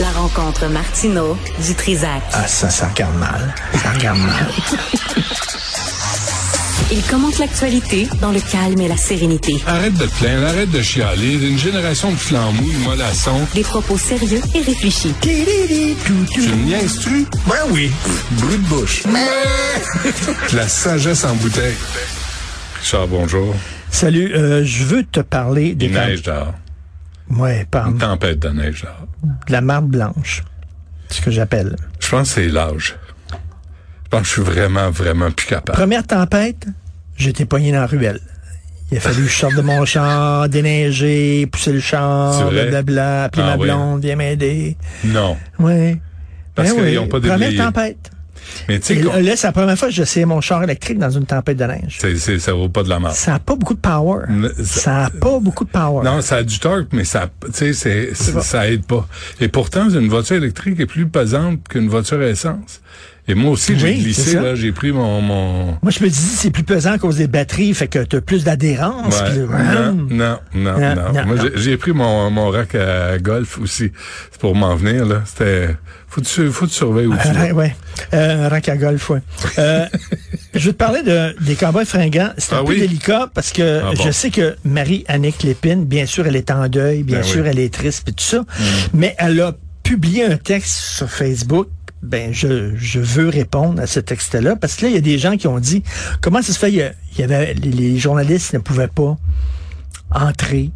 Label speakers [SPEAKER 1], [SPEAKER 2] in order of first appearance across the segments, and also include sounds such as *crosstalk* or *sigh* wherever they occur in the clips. [SPEAKER 1] La rencontre Martino du Trizac.
[SPEAKER 2] Ah, ça, ça regarde mal. Ça regarde mal.
[SPEAKER 1] Il commente l'actualité dans le calme et la sérénité.
[SPEAKER 3] Arrête de te plaindre, arrête de chialer. Une génération de flambouilles, de mollassons.
[SPEAKER 1] Des propos sérieux et réfléchis.
[SPEAKER 3] Tu me niaises-tu?
[SPEAKER 2] Ben oui. Bruit de bouche.
[SPEAKER 3] La sagesse en bouteille. Richard, bonjour.
[SPEAKER 4] Salut, euh, je veux te parler des
[SPEAKER 3] Il neige dehors.
[SPEAKER 4] Ouais, pardon,
[SPEAKER 3] Une tempête de neige dehors.
[SPEAKER 4] de la marde blanche. Ce que j'appelle.
[SPEAKER 3] Je pense que c'est l'âge. Je pense que je suis vraiment, vraiment plus capable.
[SPEAKER 4] Première tempête, j'étais poigné dans la ruelle. Il a fallu que je sorte de mon champ, *laughs* déneiger, pousser le
[SPEAKER 3] C'est
[SPEAKER 4] champ,
[SPEAKER 3] vrai?
[SPEAKER 4] blablabla, appeler
[SPEAKER 3] Ah
[SPEAKER 4] ma
[SPEAKER 3] oui.
[SPEAKER 4] blonde, viens m'aider.
[SPEAKER 3] Non.
[SPEAKER 4] Ouais.
[SPEAKER 3] Parce
[SPEAKER 4] Ben
[SPEAKER 3] qu'ils
[SPEAKER 4] oui,
[SPEAKER 3] ont pas
[SPEAKER 4] Première
[SPEAKER 3] déblayé.
[SPEAKER 4] tempête.
[SPEAKER 3] Mais tu
[SPEAKER 4] Et
[SPEAKER 3] sais, qu'on-
[SPEAKER 4] là, c'est la première fois que j'essayais mon char électrique dans une tempête de neige.
[SPEAKER 3] c'est- c'est- ça vaut pas de la mort.
[SPEAKER 4] Ça n'a pas beaucoup de power.
[SPEAKER 3] Mais ça-
[SPEAKER 4] Ça n'a pas beaucoup de power.
[SPEAKER 3] Non, ça a du torque, mais ça, tu sais, c'est- c'est- ça aide pas. Et pourtant, une voiture électrique est plus pesante qu'une voiture à essence. Et moi aussi, j'ai
[SPEAKER 4] Oui, c'est
[SPEAKER 3] glissé,
[SPEAKER 4] ça.
[SPEAKER 3] là, j'ai pris mon, mon...
[SPEAKER 4] Moi, je me dis, c'est plus pesant à cause des batteries, fait que tu as plus d'adhérence.
[SPEAKER 3] Ouais.
[SPEAKER 4] puis là,
[SPEAKER 3] Non, non, non,
[SPEAKER 4] hein? Non,
[SPEAKER 3] non.
[SPEAKER 4] non,
[SPEAKER 3] Moi,
[SPEAKER 4] non.
[SPEAKER 3] j'ai- j'ai pris mon, mon rack à golf aussi. C'est pour m'en venir, là. C'était, faut te, su- faut te surveiller où tu vas.
[SPEAKER 4] Ouais, ouais. Euh, rack à golf,
[SPEAKER 3] *laughs*
[SPEAKER 4] ouais. Euh, je vais te parler de, des cowboys fringants. C'est un
[SPEAKER 3] Ah
[SPEAKER 4] peu
[SPEAKER 3] oui?
[SPEAKER 4] délicat parce que
[SPEAKER 3] Ah bon.
[SPEAKER 4] je sais que Marie-Annick Lépine, bien sûr, elle est en deuil, bien
[SPEAKER 3] Ben
[SPEAKER 4] sûr,
[SPEAKER 3] oui. Mm.
[SPEAKER 4] elle est triste et tout ça, mais elle a publié un texte sur Facebook. Ben, je, je veux répondre à ce texte-là parce que là, il y a des gens qui ont dit comment ça se fait, il y a- il y avait, les- les journalistes ne pouvaient pas entrer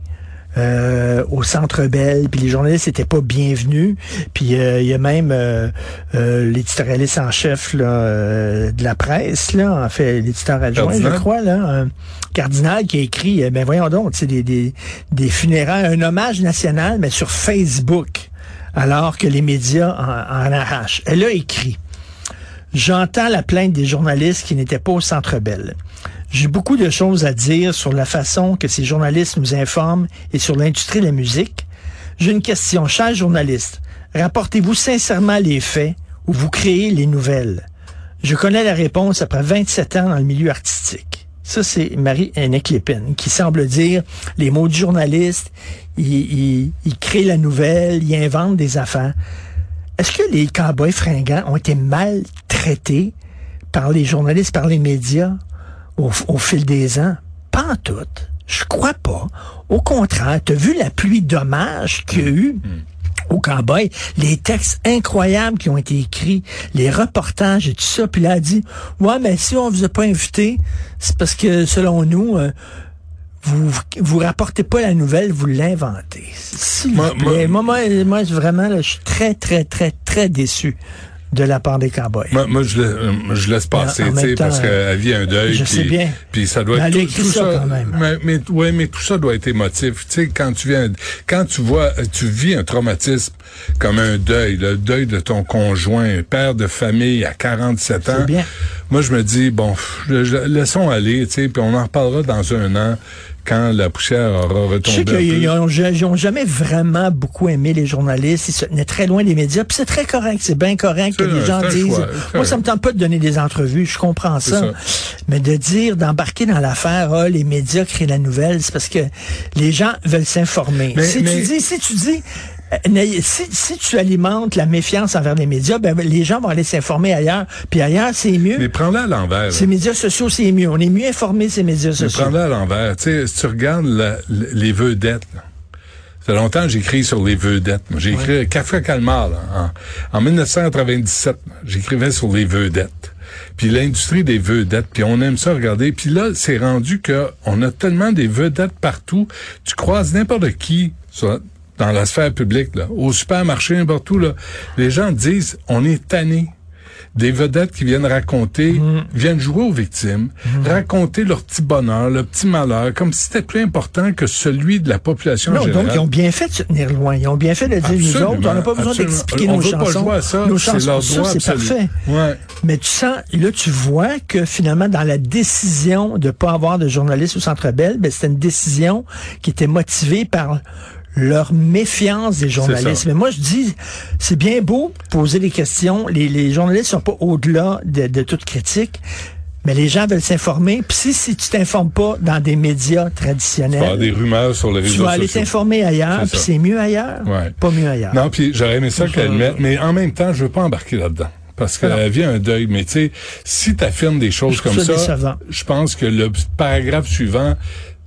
[SPEAKER 4] euh, au Centre Bell, puis les journalistes n'étaient pas bienvenus. Puis euh, il y a même euh, euh, l'éditorialiste en chef là, euh, de la presse, là, en fait, l'éditeur adjoint,
[SPEAKER 3] Cardinal.
[SPEAKER 4] je crois, là, un cardinal qui a écrit, euh, ben voyons donc, c'est des, des, des funérailles, un hommage national, mais sur Facebook, alors que les médias en, en arrachent. Elle a écrit. J'entends la plainte des journalistes qui n'étaient pas au Centre Bell. J'ai beaucoup de choses à dire sur la façon que ces journalistes nous informent et sur l'industrie de la musique. J'ai une question, chers journalistes. Rapportez-vous sincèrement les faits ou vous créez les nouvelles? Je connais la réponse après 27 ans dans le milieu artistique. Ça, c'est Marie-Annick Lépine qui semble dire les mots du journaliste, il, il- il crée la nouvelle, il invente des affaires. Est-ce que les cowboys fringants ont été maltraités par les journalistes, par les médias au, au fil des ans? Pas en tout. Je crois pas. Au contraire, t'as vu la pluie d'hommages qu'il y a eu au cowboy, les textes incroyables qui ont été écrits, les reportages et tout ça, puis là, elle dit, ouais, mais si on vous a pas invité, c'est parce que, selon nous, euh, vous, vous rapportez pas la nouvelle, vous l'inventez. S'il
[SPEAKER 3] Moi-
[SPEAKER 4] vous plaît.
[SPEAKER 3] moi-
[SPEAKER 4] Moi, moi, moi, je- vraiment, là, je suis très, très, très, très déçu de la part des cowboys.
[SPEAKER 3] Moi, moi, je, la- euh, je laisse passer,
[SPEAKER 4] En- en
[SPEAKER 3] tu sais,
[SPEAKER 4] même temps,
[SPEAKER 3] parce qu'elle vit un deuil.
[SPEAKER 4] je
[SPEAKER 3] puis,
[SPEAKER 4] sais bien.
[SPEAKER 3] Puis ça doit
[SPEAKER 4] Mais
[SPEAKER 3] être
[SPEAKER 4] elle a
[SPEAKER 3] tout,
[SPEAKER 4] écrit
[SPEAKER 3] tout
[SPEAKER 4] ça quand même.
[SPEAKER 3] Mais, mais, ouais, mais tout ça doit être émotif. Tu sais, quand tu viens, quand tu vois, euh, tu vis un traumatisme comme un deuil, le deuil de ton conjoint, père de famille à 47 ans.
[SPEAKER 4] bien.
[SPEAKER 3] Moi, je me dis, bon, pff, je- je- laissons aller, tu sais, puis on en reparlera dans un an quand la poussière aura
[SPEAKER 4] Je sais
[SPEAKER 3] retombé. un peu.
[SPEAKER 4] qu'ils n'ont jamais vraiment beaucoup aimé les journalistes. Ils se tenaient très loin des médias. Puis c'est très correct. C'est bien correct que
[SPEAKER 3] C'est un-
[SPEAKER 4] les gens
[SPEAKER 3] c'est un
[SPEAKER 4] disent.
[SPEAKER 3] choix.
[SPEAKER 4] Moi, ça me tente pas de donner des entrevues. Je comprends
[SPEAKER 3] C'est
[SPEAKER 4] ça.
[SPEAKER 3] ça.
[SPEAKER 4] Mais de dire, d'embarquer dans l'affaire, ah, les médias créent la nouvelle, c'est parce que les gens veulent s'informer.
[SPEAKER 3] Mais-
[SPEAKER 4] Si,
[SPEAKER 3] mais-
[SPEAKER 4] tu dis, si tu dis, euh, n'ayez- si, si tu alimentes la méfiance envers les médias, ben, les gens vont aller s'informer ailleurs. Puis ailleurs, c'est mieux.
[SPEAKER 3] Mais prends-la à l'envers. là.
[SPEAKER 4] Ces médias sociaux, c'est mieux. On est mieux informé ces médias
[SPEAKER 3] Mais
[SPEAKER 4] sociaux.
[SPEAKER 3] prends-le à l'envers. Tu sais, si tu regardes la- l- les vedettes, là. ça fait longtemps que j'écris sur les vedettes. moi. J'ai écrit Kafka Calmar, là, en, en 1997. là, J'écrivais sur les vedettes. Puis l'industrie des vedettes, puis on aime ça regarder. Puis là, c'est rendu que on a tellement des vedettes partout. Tu croises n'importe qui sur- dans la sphère publique, là, au supermarché, n'importe où. Là, les gens disent, on est tanné des vedettes qui viennent raconter,
[SPEAKER 4] Mm.
[SPEAKER 3] viennent jouer aux victimes, raconter leur petit bonheur, leur petit malheur, comme si c'était plus important que celui de la population en
[SPEAKER 4] Non,
[SPEAKER 3] générale.
[SPEAKER 4] donc ils ont bien fait de se tenir loin. Ils ont bien fait de dire nous
[SPEAKER 3] Absolument,
[SPEAKER 4] autres, on n'a pas besoin
[SPEAKER 3] absolument.
[SPEAKER 4] d'expliquer
[SPEAKER 3] On
[SPEAKER 4] nos
[SPEAKER 3] veut pas
[SPEAKER 4] chansons.
[SPEAKER 3] jouer à ça,
[SPEAKER 4] nos
[SPEAKER 3] c'est
[SPEAKER 4] chansons,
[SPEAKER 3] leur
[SPEAKER 4] ça,
[SPEAKER 3] droit
[SPEAKER 4] c'est
[SPEAKER 3] absolu.
[SPEAKER 4] parfait. Euh,
[SPEAKER 3] Ouais.
[SPEAKER 4] Mais tu sens, là, tu vois que finalement, dans la décision de pas avoir de journaliste au Centre Bell, ben, c'était une décision qui était motivée par leur méfiance des journalistes.
[SPEAKER 3] ça.
[SPEAKER 4] Mais moi, je dis, c'est bien beau poser des questions. Les, les journalistes sont pas au-delà de, de toute critique. Mais les gens veulent s'informer. Puis si, si tu t'informes pas dans des médias
[SPEAKER 3] Il va y avoir
[SPEAKER 4] traditionnels,
[SPEAKER 3] des rumeurs sur les
[SPEAKER 4] tu
[SPEAKER 3] réseaux
[SPEAKER 4] vas aller
[SPEAKER 3] sociaux.
[SPEAKER 4] t'informer ailleurs,
[SPEAKER 3] C'est
[SPEAKER 4] puis
[SPEAKER 3] ça.
[SPEAKER 4] c'est mieux ailleurs,
[SPEAKER 3] Ouais.
[SPEAKER 4] pas mieux ailleurs.
[SPEAKER 3] Non, puis j'aurais aimé
[SPEAKER 4] Ah.
[SPEAKER 3] ça qu'elle le mette, mais en même temps, je veux pas embarquer là-dedans. Parce que la vie a un deuil, mais tu sais, si tu affirmes des choses
[SPEAKER 4] Je trouve
[SPEAKER 3] comme
[SPEAKER 4] ça
[SPEAKER 3] ça,
[SPEAKER 4] décevant.
[SPEAKER 3] je pense que le paragraphe suivant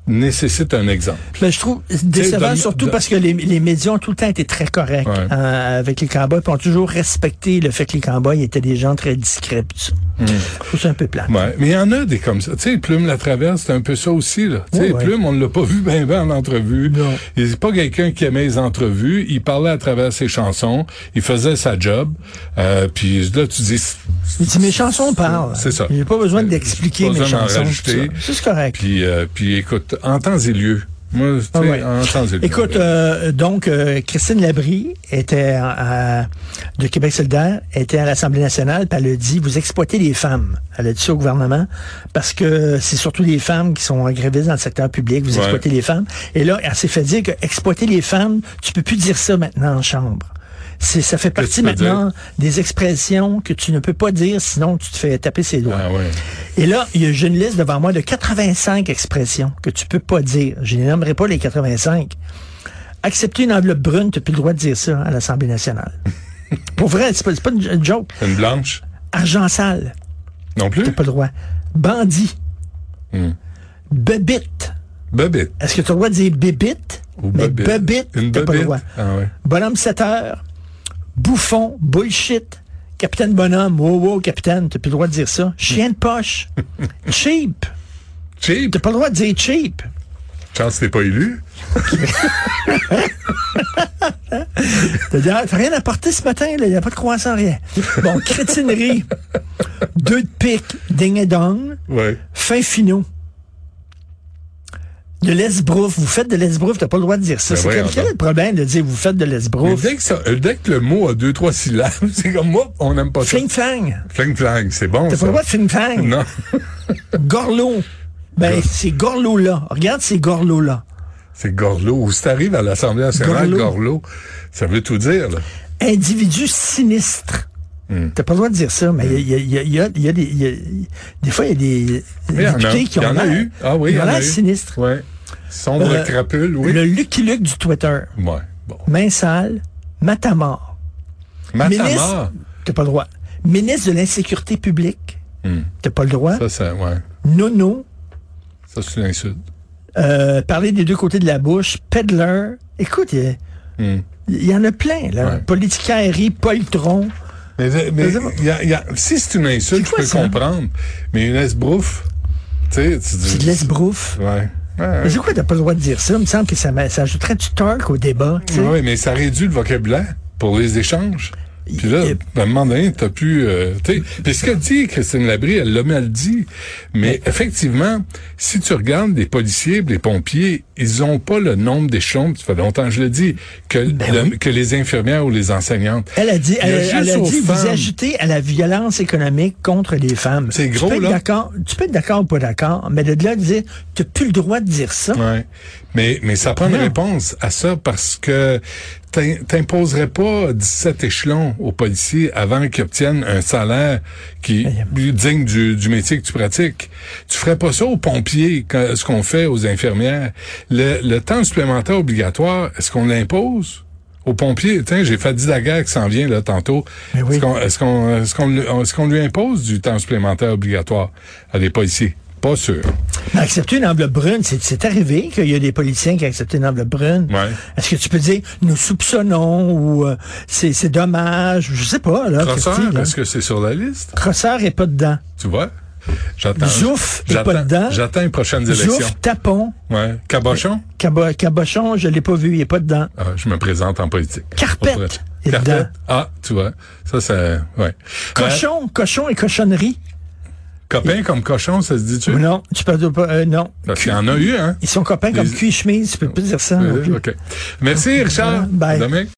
[SPEAKER 3] nécessite un exemple.
[SPEAKER 4] Ben, je trouve décevant,
[SPEAKER 3] donne-
[SPEAKER 4] surtout
[SPEAKER 3] donne-
[SPEAKER 4] parce que les, les médias ont tout le temps été très corrects
[SPEAKER 3] Ouais.
[SPEAKER 4] euh, avec les cowboys, puis ont toujours respecté le fait que les cowboys étaient des gens très discrets. puis
[SPEAKER 3] Hmm.
[SPEAKER 4] tout ça. Je trouve ça un peu plat.
[SPEAKER 3] Ouais, mais il y en a des comme ça. Tu sais, Plume la traverse, c'est un peu ça aussi là. Tu
[SPEAKER 4] Oui,
[SPEAKER 3] sais,
[SPEAKER 4] oui.
[SPEAKER 3] Plume, on ne l'a pas vu bien ben en entrevue.
[SPEAKER 4] Non.
[SPEAKER 3] Il n'est pas quelqu'un qui aimait les entrevues. Il parlait à travers ses chansons. Il faisait sa job. Euh, puis là, tu dis.
[SPEAKER 4] Il dit, mes chansons parlent.
[SPEAKER 3] C'est ça.
[SPEAKER 4] J'ai pas besoin
[SPEAKER 3] Euh,
[SPEAKER 4] d'expliquer
[SPEAKER 3] pas
[SPEAKER 4] mes
[SPEAKER 3] besoin d'en
[SPEAKER 4] chansons. tout
[SPEAKER 3] rajouter.
[SPEAKER 4] ça. Ça, C'est correct.
[SPEAKER 3] Puis, euh, puis écoute, en temps et lieu. Moi, tu sais,
[SPEAKER 4] Ah ouais.
[SPEAKER 3] en temps et lieu.
[SPEAKER 4] Écoute, euh, donc, euh, Christine Labrie était à- à- de Québec solidaire, était à l'Assemblée nationale, puis elle a dit, vous exploitez les femmes. Elle a dit ça au gouvernement, parce que c'est surtout les femmes qui sont grévistes dans le secteur public, vous
[SPEAKER 3] Ouais.
[SPEAKER 4] exploitez les femmes. Et là, elle s'est fait dire que exploiter les femmes, tu peux plus dire ça maintenant en chambre. C'est, ça fait partie
[SPEAKER 3] Qu'est-ce que tu peux
[SPEAKER 4] maintenant des expressions que tu ne peux pas dire, sinon tu te fais taper ses doigts.
[SPEAKER 3] Ah ouais.
[SPEAKER 4] Et là, il y a- j'ai une liste devant moi de 85 expressions que tu peux pas dire. Je les nommerai pas les 85. Accepter une enveloppe brune, tu n'as plus le droit de dire ça hein, à l'Assemblée nationale. Pour vrai, c'est pas, c'est pas une une joke.
[SPEAKER 3] Une blanche?
[SPEAKER 4] Argent sale,
[SPEAKER 3] Non plus?
[SPEAKER 4] t'as pas le droit. Bandit. Bebite.
[SPEAKER 3] Bobit.
[SPEAKER 4] Est-ce que tu as le droit de dire bébite?
[SPEAKER 3] Ou
[SPEAKER 4] Mais
[SPEAKER 3] bobite.
[SPEAKER 4] bebite,
[SPEAKER 3] Une
[SPEAKER 4] t'as pas le
[SPEAKER 3] bobite.
[SPEAKER 4] droit.
[SPEAKER 3] Ah ouais.
[SPEAKER 4] Bonhomme 7 heures. Bouffon, bullshit. Capitaine Bonhomme, wow, wow, capitaine, t'as plus le droit de dire ça. Chien de poche. Cheap.
[SPEAKER 3] Cheap.
[SPEAKER 4] T'as pas le droit de dire cheap.
[SPEAKER 3] Chance, t'es pas élu.
[SPEAKER 4] T'as dit, ah, t'as rien apporté ce matin, il n'y a pas de croissant,
[SPEAKER 3] *laughs*
[SPEAKER 4] rien. Bon, crétinerie, deux de pique, ding et dong,
[SPEAKER 3] Ouais.
[SPEAKER 4] fin finaux. De l'esbrouf, vous faites de l'esbrouf, t'as pas le droit de dire ça.
[SPEAKER 3] Ben
[SPEAKER 4] C'est quel,
[SPEAKER 3] voyons
[SPEAKER 4] quel est
[SPEAKER 3] donc.
[SPEAKER 4] le problème de dire vous faites de
[SPEAKER 3] Mais
[SPEAKER 4] l'esbrouf?
[SPEAKER 3] dès, que ça, euh, dès que le mot a deux, trois syllabes, *laughs* c'est comme moi, on n'aime pas
[SPEAKER 4] Fling fang,
[SPEAKER 3] ça. Fling flang, c'est bon.
[SPEAKER 4] t'as pas
[SPEAKER 3] ça.
[SPEAKER 4] le droit de fling fang.
[SPEAKER 3] Non.
[SPEAKER 4] Gorlot, ben c'est gorlot là. Regarde ces gorlots là.
[SPEAKER 3] C'est Gorlot. Ou si t'arrives à l'Assemblée nationale,
[SPEAKER 4] Gorlot.
[SPEAKER 3] Gorlot. ça veut tout dire, là.
[SPEAKER 4] individu sinistre.
[SPEAKER 3] Hmm.
[SPEAKER 4] T'as pas le droit de dire ça, mais il y a- il y a- il y a il y a des. il y a- Des fois, il y a des
[SPEAKER 3] Mais il y en a.
[SPEAKER 4] députés qui
[SPEAKER 3] Il y
[SPEAKER 4] ont
[SPEAKER 3] en a
[SPEAKER 4] l'air-
[SPEAKER 3] eu. Ah oui,
[SPEAKER 4] ils
[SPEAKER 3] il y
[SPEAKER 4] ont
[SPEAKER 3] en a
[SPEAKER 4] l'air
[SPEAKER 3] eu.
[SPEAKER 4] sinistres.
[SPEAKER 3] Ouais. Sombre
[SPEAKER 4] Euh,
[SPEAKER 3] crapule, oui.
[SPEAKER 4] Le Lucky Luke du Twitter,
[SPEAKER 3] Ouais. Bon.
[SPEAKER 4] main sale, matamor.
[SPEAKER 3] Matamar.
[SPEAKER 4] T'as pas le droit. Ministre de l'insécurité publique, t'as pas le droit.
[SPEAKER 3] Hmm. Ça, ça, ouais.
[SPEAKER 4] Nono,
[SPEAKER 3] Ça, c'est une insulte.
[SPEAKER 4] euh, parler des deux côtés de la bouche, peddler. Écoute, il y a- il y, en a plein, là.
[SPEAKER 3] Hmm. Ouais. Hmm.
[SPEAKER 4] Politicairie, poltron.
[SPEAKER 3] Mais, mais
[SPEAKER 4] Vas-y, moi.
[SPEAKER 3] y a- y a- si c'est une insulte,
[SPEAKER 4] C'est quoi
[SPEAKER 3] je
[SPEAKER 4] ça?
[SPEAKER 3] peux comprendre. Mais une esbrouffe, tu sais, tu dis.
[SPEAKER 4] C'est de l'esbrouf.
[SPEAKER 3] Ouais.
[SPEAKER 4] Mais
[SPEAKER 3] Ouais.
[SPEAKER 4] c'est quoi, t'as pas le droit de dire ça? Il me semble que ça, m'a- ça ajouterait du torque au débat. tu sais.
[SPEAKER 3] Oui, mais ça réduit le vocabulaire pour les échanges. Puis là,
[SPEAKER 4] Et-
[SPEAKER 3] à un moment donné, t'as plus... Euh,
[SPEAKER 4] *laughs*
[SPEAKER 3] tu sais. Puis ce qu'elle dit, Christine Labrie, elle l'a mal dit. Mais effectivement, si tu regardes les policiers, les pompiers, ils ont pas le nombre d'échelons, ça fait longtemps que je le dis, que,
[SPEAKER 4] Ben
[SPEAKER 3] le- que les infirmières ou les enseignantes.
[SPEAKER 4] Elle a dit,
[SPEAKER 3] Il y
[SPEAKER 4] elle,
[SPEAKER 3] a
[SPEAKER 4] elle
[SPEAKER 3] juste
[SPEAKER 4] a
[SPEAKER 3] aux
[SPEAKER 4] dit vous
[SPEAKER 3] femmes.
[SPEAKER 4] agitez à la violence économique contre les femmes.
[SPEAKER 3] C'est
[SPEAKER 4] Tu
[SPEAKER 3] gros,
[SPEAKER 4] peux être
[SPEAKER 3] là.
[SPEAKER 4] d'accord- Tu peux être d'accord ou pas d'accord, mais de là de dire, t'as plus le droit de dire ça.
[SPEAKER 3] Ouais. Mais, mais ça prend une réponse à ça parce que t'im- t'imposerais pas 17 échelons aux policiers avant qu'ils obtiennent un salaire qui est digne du, du métier que tu pratiques. Tu ferais pas ça aux pompiers, que- ce qu'on fait aux infirmières. Le, le temps supplémentaire obligatoire, est-ce qu'on l'impose? Aux pompiers, tiens, j'ai fait Daguerre qui s'en vient là tantôt.
[SPEAKER 4] Mais oui.
[SPEAKER 3] Est-ce qu'on est-ce qu'on est-ce qu'on lui- est-ce qu'on lui impose du temps supplémentaire obligatoire à des policiers? Pas sûr.
[SPEAKER 4] Mais Accepter une enveloppe brune, c'est- c'est arrivé qu'il y a des politiciens qui acceptent une enveloppe brune.
[SPEAKER 3] Ouais.
[SPEAKER 4] Est-ce que tu peux dire nous soupçonnons ou euh, c'est c'est dommage, ou je sais pas là. Christy,
[SPEAKER 3] Crosseur,
[SPEAKER 4] là.
[SPEAKER 3] est-ce que c'est sur la liste?
[SPEAKER 4] Crosseur est pas dedans.
[SPEAKER 3] Tu vois? J'attends.
[SPEAKER 4] Zouf, t'es
[SPEAKER 3] j'attends-
[SPEAKER 4] pas dedans.
[SPEAKER 3] J'attends les prochaines élections.
[SPEAKER 4] Zouf, tapon,
[SPEAKER 3] Ouais. Cabochon?
[SPEAKER 4] Cabo- cabochon, je l'ai pas vu, il est pas dedans.
[SPEAKER 3] Ah, je me présente en politique.
[SPEAKER 4] Carpette
[SPEAKER 3] Autre-
[SPEAKER 4] est dedans.
[SPEAKER 3] Carpette. Ah, tu vois. Ça, ça, ouais. Euh,
[SPEAKER 4] Cochon, cochon et cochonnerie.
[SPEAKER 3] copain comme cochon, ça se dit-tu?
[SPEAKER 4] Ou Non, tu peux pas. euh, non.
[SPEAKER 3] Parce qu'il y en a eu, hein?
[SPEAKER 4] Ils sont copains comme
[SPEAKER 3] Les-
[SPEAKER 4] cul et chemise, tu peux plus dire ça. non
[SPEAKER 3] Euh,
[SPEAKER 4] plus.
[SPEAKER 3] OK. Merci, Richard.
[SPEAKER 4] Bye.
[SPEAKER 3] À demain.